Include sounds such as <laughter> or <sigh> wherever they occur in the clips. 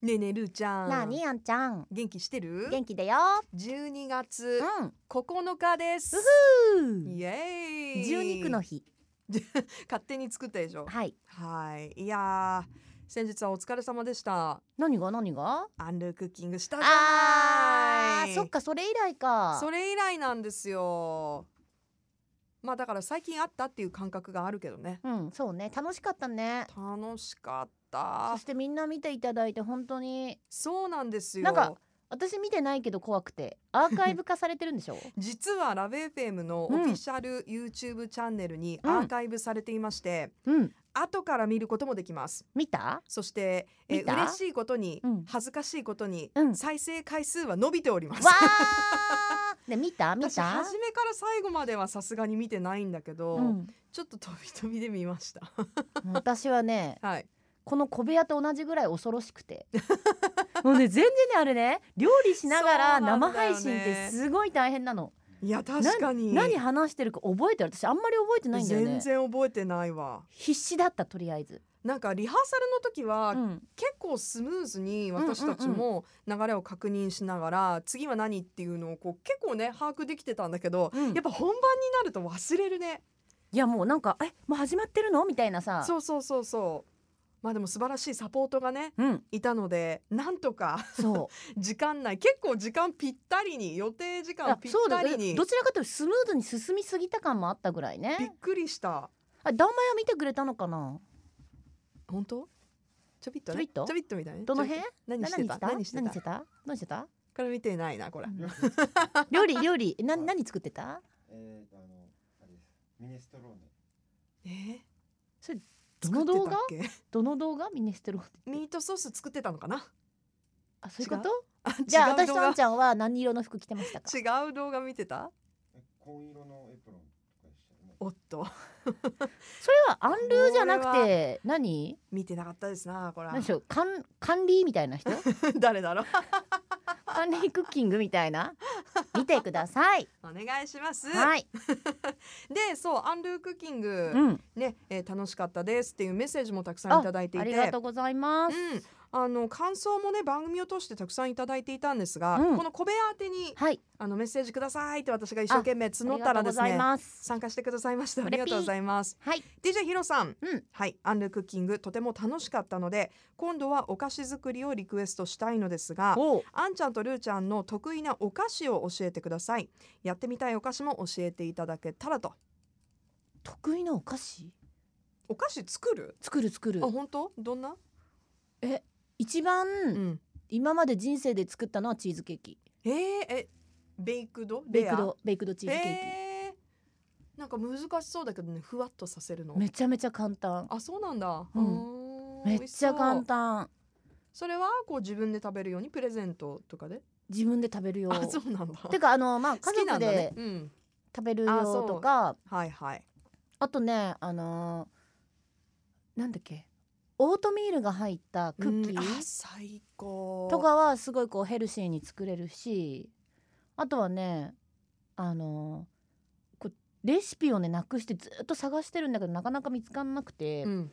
ねえねえるーちゃんなあにあんちゃん元気してる元気だよ12月うん9日ですふイエーイ十二区の日勝手に作ったでしょはいはいいやー先日はお疲れ様でした何が何がアンルークッキングしたじゃあないーそっかそれ以来かそれ以来なんですよまあだから最近あったっていう感覚があるけどねうんそうね楽しかったね楽しかっそたしてみんな見ていただいて本当にそうなんですよなんか私見てないけど怖くてアーカイブ化されてるんで <laughs> しょ実はラベ FM のオフィシャル YouTube チャンネルにアーカイブされていまして、うん後から見ることもできます見 <laughs> たそして、え見た嬉しいことに、うん恥ずかしいことに、うん再生回数は伸びておりますわーね見た見私た初めから最後まではさすがに見てないんだけど、うん、ちょっと飛び飛びで見ました <laughs> 私はねはいこの小部屋と同じぐらい恐ろし <laughs> くてもうね全然ねあれね料理しながらそうなんだ生よね配信ってすごい大変なのいや確かに何話してるか覚えてる私あんまり覚えてないんだよ全ね然覚えてないわ必死だったとりあえず、なんかリハーサルの時は、うん、結構スムーズに私たちも流れを確認しながら、次は何っていうのをこう結構ね把握できてたんだけど、うんやっぱ本番になると忘れるねいやもうなんかえもう始まってるのみたいなさそうそうそうそうまあでも素晴らしいサポートがねう、 <laughs> ん、いたのでなんとか <laughs> そう時間内結構時間ぴったりに予定時間あぴっそうただどりちにらかというとスムーズに進みすぎた感もあったぐらいびっねくりしたあ断前は見てくれたのかな本当ちょびっとねちょびっとちょびっとみたいなねどの辺ちょびっと何してた何し何しててたた何してた何してたこれ見てないなこれ、うん <laughs> 料理料理な何作ってたえーと、あの、あれです。ミネストローえーネ。どの動画作ってたっどの動画ミネステローネけミートソース作ってたのかなあそういうことあじゃあ違う私動と画あんちゃんは何色の服着てましたか違う動画見てたえ紺色のエプロンとかでしたよね。おっとそれはアンルーじゃなくこて何見てなかったですなこれは何でしょう管管理みたい <laughs> な人誰 <laughs> だろう管理クッキングみたいな見てくださ <laughs> いお願いしますはいでそうアンルークッキング、うんね、えー楽しかったですっていうメッセージもたくさんいただいていあてりがとうございますうん、あの感想もね番組を通してたくさんいただいていたんですが、うんこの小部屋宛てにはいあのメッセージくださいって私が一生懸命あ募りったがとらうでごすざいねます参加してくださいましたあこれりがとうございますはい DJ ヒロさん、うんはいアンルークッキングとても楽しかったので今度はお菓子作りをリクエストしたいのですがおうあんちゃんとルーちゃんの得意なお菓子を教えてくださいやってみたいお菓子も教えていただけたらと得意なお菓子お菓子作る作る作るあ本当どんな一番、うん今まで人生で作ったのはチーズケーキえー、えベイクドベイクレアドベイクドチーズケーキ、えーなんか難しそうだけどねふわっとさせるのめちゃめちゃ簡単あそうなんだ、うんんめっちゃ簡単それはこう自分で食べるようにプレゼントとかで自分で食べるよあそうなんだてかあのまあ好家きなんだ族ねでうん食べるあそようとかあ,、はいはいとねあのーなんだっけオートミールが入ったクッキうんあー最高とかはすごいこうヘルシーに作れるしあとはねあのーこうレシピをねなくしてずっと探してるんだけどなかなか見つかんなくて、うん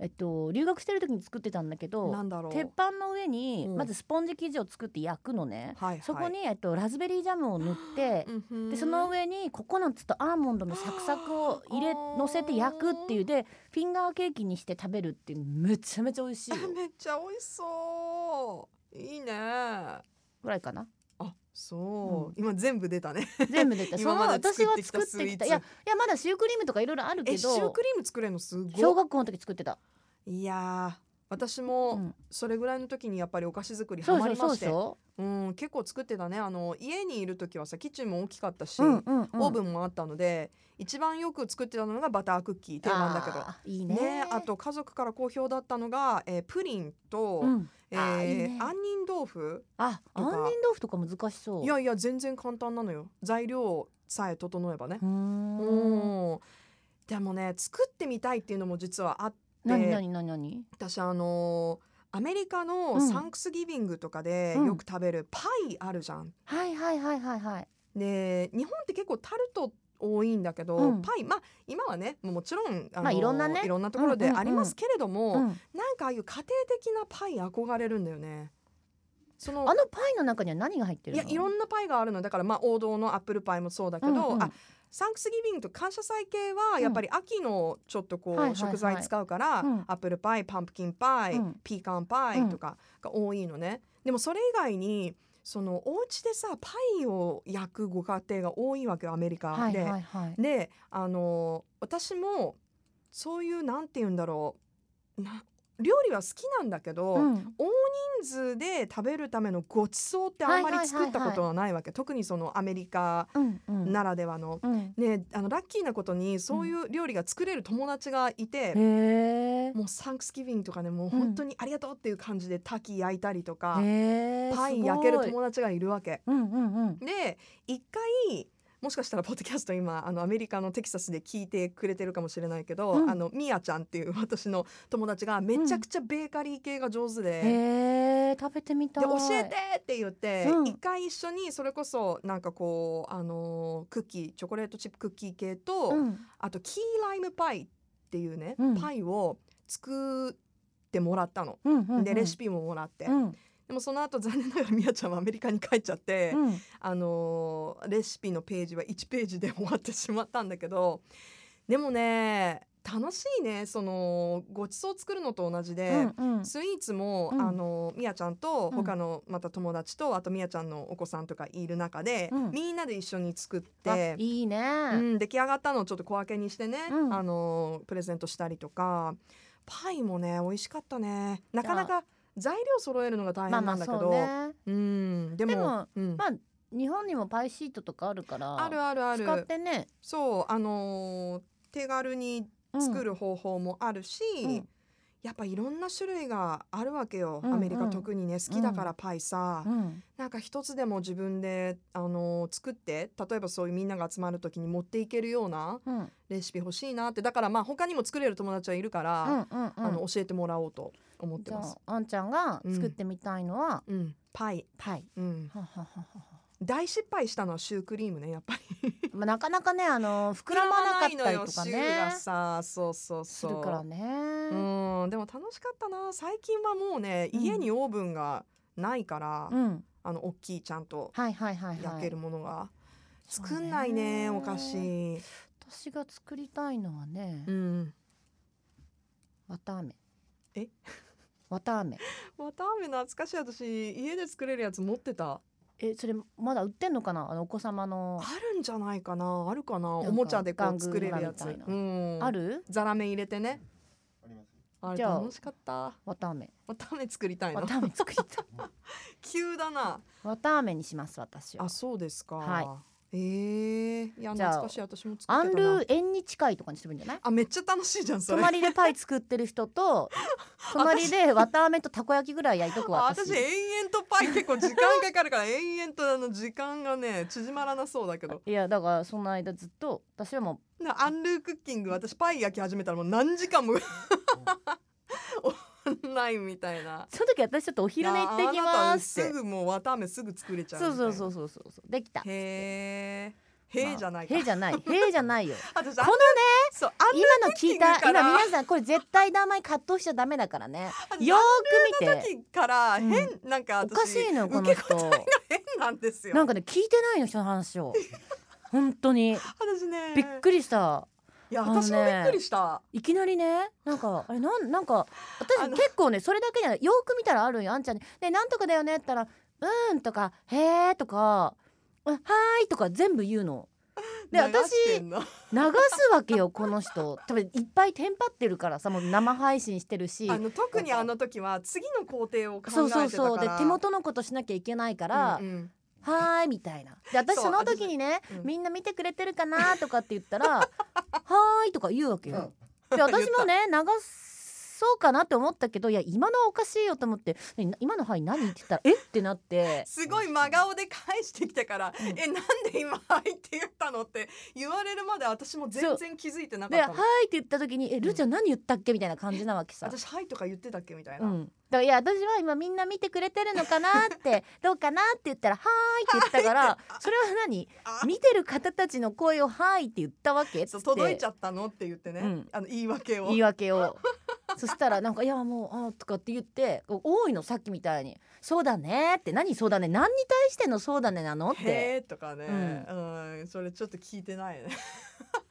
えっと、留学してる時に作ってたんだけなどんだろう鉄板の上にうんまずスポンジ生地を作って焼くのね、はいはいそこに、えっと、ラズベリージャムを塗ってうんふんでその上にココナッツとアーモンドのサクサクを入れあー乗せて焼くっていうでフィンガーケーキにして食べるっていうめちゃめちゃ美味 <laughs> しいよあめっちゃ美味しそういいねあぐらいかなそう、うん今全部出たね全部出たそ今のまで私は作ってきた作ってきたスイーツいやいやまだシュークリームとかいろいろあるけえシューどクリーム作れるのすご小学校の時作ってた、いいやー私うもんそれぐらいの時にやっぱりお菓子作りハそうマそりうそまうしでてしょうん、結構作ってたねあの家にいる時はさキッチンも大きかったし、うんうんうんオーブンもあったので一番よく作ってたのがバタークッキー定番だけど。あーいいねね、あと家族から好評だったのが、えープリンと、うんえあーいいーね杏仁豆腐あと杏か仁豆腐とか難しそういやいや全然簡単なのよ材料さえ整えばねうー。んうんでもね作ってみたいっていうのも実はあって何何何何私あのーアメリカうのんサンクスギビングとかでうんよく食べるパイあるじゃん。はいはいはいはいはいで日本って結構タルト多いんだけど、うんパイまあ今はねもちろんあのまあいろんなねいろんなところでありますけれども、うんなんかああいう家庭的なパイ憧れるんだよね。そのあのパイの中には何が入ってるいのやいろんなパイがあるのだからまあ王道のアップルパイもそうだけど、うんうんあサンクスギビングと感謝祭系はやっぱり秋のちょっとこう、はいはいはい食材使うから、うんアップルパイパンプキンパイ、うんピーカンパイとかが多いのね。でもそれ以外にそのお家でさパイを焼くご家庭が多いわけよアメリカはいで。はいはいであの私もそういうなんて言うんだろうな料理は好きなんだけど、うん大人数で食べるためのごちそうってあんまり作ったことはないわけ、特にそのアメリカうんうんならではの。うんね、あのラッキーなことにそういう料理が作れる友達がいて、へえもうサンクスギビングとかねもう本当にありがとうっていう感じで滝焼いたりとか、へえパイ焼けるすごい友達がいるわけ。うんうんうんで一回もしかしたらポッドキャスト今あのアメリカのテキサスで聞いてくれてるかもしれないけど、うんあのミヤちゃんっていう私の友達がめちゃくちゃベーカリー系が上手で。へえ食べてみたいで教えてって言って、うん一回一緒にそれこそなんかこうあのークッキーチョコレートチップクッキー系と、うんあとキーライムパイっていうね、うんパイを作ってもらったの。うんうんうんでレシピももらって、うんでもその後残念ながらみやちゃんはアメリカに帰っちゃって、うんあのーレシピのページは1ページで終わってしまったんだけどでもね楽しいねそのごちそう作るのと同じで。うんうんスイーツも、うんあのみやちゃんとうん他のまた友達と、あとみやちゃんのお子さんとかいる中で、うんみんなで一緒に作っあて、いいねうん、出来上がったのをちょっと小分けにしてね、うんあのプレゼントしたりとかパイもね美味しかったねなかなか材料揃えるのが大まあ変まなあんだけそど、うねうん、でもでもうんまあ日本にもパイシートとかあるからあるあるあ使っるてねそうあのー手軽に作るる方法もあるし、うんやっぱいろんな種類があるわけよ、うんアメリカ特にね好きだからパイさ、うんなんか一つでも自分で、あのー作って例えばそういうみんなが集まる時に持っていけるようなうんうんレシピ欲しいなってだからまあ他にも作れる友達はいるから、うんうんあの教えてもらおうと思ってじゃますあ。あんちゃんが作ってみたいのはうん、パイ、パイうん、ははははは大失敗したのはシュークリームねやっぱりまあ、なかなかねあの膨らまなかったりと <laughs> 膨からまないのよシューがねさそうそうすそうるからね、うんでも楽しかったな最近はもうねうん家にオーブンがないから、うん、あの大きいちゃんとはいはいはいはい焼けるものが、そう作んないねお菓ね子私が作りたいのはね、うん綿あめ <laughs> え綿あめ綿あめ懐かしい私家で作れるやつ持ってたえそれまだ売ってんのかなあのお子様あのるんじゃないかなあるかななんかおもちゃでこ玩う具作れるやつ裏みたいなうんあるザラメ入れてねああります。れじゃあ楽しかった綿あめ綿あめ作りたいな綿あめ作りたい急だな <laughs> 綿あめにします私はあそうですかはええいやじゃあ懐かしい私も作ってたなアンルー縁日会とかにするんじゃないあめっちゃ楽しいじゃんそれ隣でパイ作ってる人 <laughs> と隣で綿あめとたこ焼きぐらい焼いとくわあ私延々とパイ結構時間かかるから延々とあの時間がね縮まらなそうだけどいやだからその間ずっと私はもなアンルークッキング私パイ焼き始めたらもう何時間も <laughs> オンラインみたいなうその時私ちょっとお昼寝行ってきまいすやあなたっすてぐもう綿あめすぐ作れちゃうそうそうそううそうそうそうできたへえへえじゃないか、まあへえじゃ <laughs> ないへえじゃないよ私こあのねそうあん今の聞いクッキンたグから今皆さんこれ絶対名前葛藤しちゃダメだからね私よーく見て時から変、なんかお私かしいのよこの受け人変なんですよなんかね聞いてないの人の話 <laughs> を本当に私ねびっくりしたいやあのね私もびっくりした、いきなりねなんかあれなんなんかあ私の結構ねそれだけじゃないよく見たらあるんよあんちゃんに「ねなんとかだよね」って言ったら「うーん」とか「へー」とか「うんはーい」とか全部言うの。で流してんの流すわけよこの人多分いっぱいテンパってるからさもう生配信してるしあの特にあの時は次の工程を考えてたからそうそうそうで手元のことしなきゃいけないから「うんうんはーい」みたいなで私そうその時にね、私うんみんな見てくれてるかなとかって言った <laughs> ら「はーい」とか言うわけよ。で言っ私たもね流そうかなって思ったけどいや今のはおかしいよと思って「ね今の範囲何?」って言ったら「えっ?」てな <laughs> ってすごい真顔で返してきたから「うんえなんで今「はい」って言ったのって言われるまで私も全然気づいてな「かでっはたーのい」って言った時に「えルーちゃん何言ったっけ?」みたいな感じなわけさ。私「はい」とか言ってたっけみたいな、うん、からいや私は今みんな見てくれてるのかな <laughs> ってどうかなって言ったら「はーい」って言ったからそれは何あ見てる方たちの声を「はーい」って言ったわけっつそっうて届いちゃったのって言ってね、うんあの言い訳を言い <laughs> 訳をそしたらなんか「いやもうあー」とかって言って多いのさっきみたいに「そうだね」って何そうだね何に対しての「そうだね」なのってへーとかね、うん、それちょっと聞いてないね。 <laughs>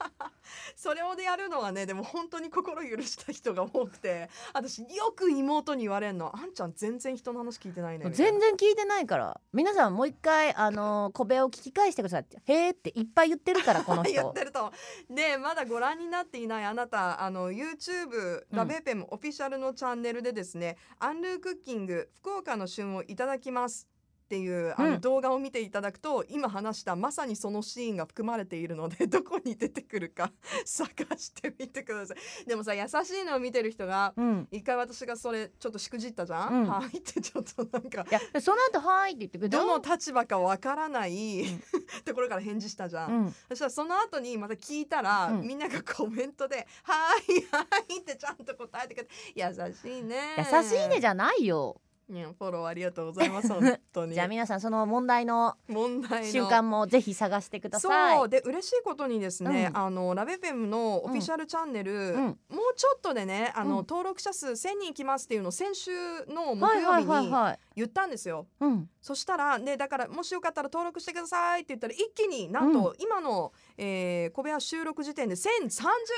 それをでやるのはねでも本当に心許した人が多くて私よく妹に言われるの「あんちゃん全然人の話聞いてないね」みたいな全然聞いてないから皆さんもう一回あの <laughs> ー小部屋を聞き返してくださいって「へー」っていっぱい言ってるからこ <laughs> の言っ人て。ると思うでまだご覧になっていないあなたあの YouTube うんラベーペムオフィシャルのチャンネルでですね「アンルークッキング福岡の旬をいただきます」っていうあうのん動画を見ていただくと、今話したまさにそのシーンが含まれているので <laughs> どこに出てくるか <laughs> 探してみてください。でもさ優しいのを見てる人がうん一回私がそれちょっとしくじったじゃん、うんはいってちょっとなんかいやその後はーい」って言ってくれてどの立場かわからない、うん <laughs> ところから返事したじゃんう、んそしたらその後にまた聞いたら、うんみんながコメントで「はーいはーい」ってちゃんと答えてくれて優しいね優しいねじゃゃないよ、ねフォローありがとうございます本当に <laughs> じゃあ皆さんその問題の問題の瞬間もぜひ探してくださいそうで嬉しいことにですね、うんあのラベフェムのオフィシャルチャンネル、んもうちょっとでねあの、うん登録者数1000人いきますっていうのを先週の木はい曜はい日はいにはい言ったんですよ。うんそしたらねだからもしよかったら登録してくださいって言ったら一気になんと今の、えー小部屋収録時点で1030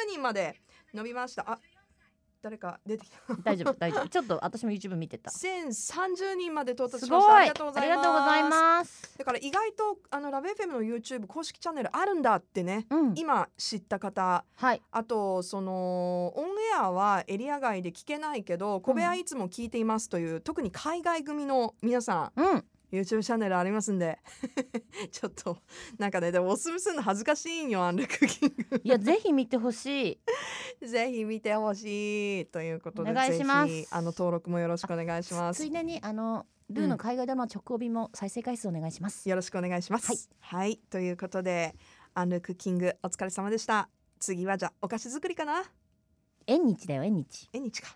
人まで伸びましたあ誰か出てきた大丈夫大丈 <laughs> 夫ちょっと私も YouTube 見て <laughs> た1030人まで到達すしましたごあいりがとうござあいりまがすとうございますだから意外とあのラブ FM の YouTube 公式チャンネルあるんだってねうん今知った方はいあとそのオンエアはエリア外で聞けないけど小部屋いつも聞いていますという、特に海外組の皆さんうん、 YouTube チャンネルありますんで <laughs> ちょっとなんかねでもおすすめするの恥ずかしいんよアンルクッキン <laughs> いやぜひ見てほしい。グぜひ見てほしいということでお願いしますぜひあの登録もよろしくお願いしますついでにあのルーの海外ドラマ直帯も再生回数お願いします。よろしくお願いしますはい、ということでアンルクッキングお疲れ様でした次はじゃあお菓子作りかな縁日だよ縁日。縁日か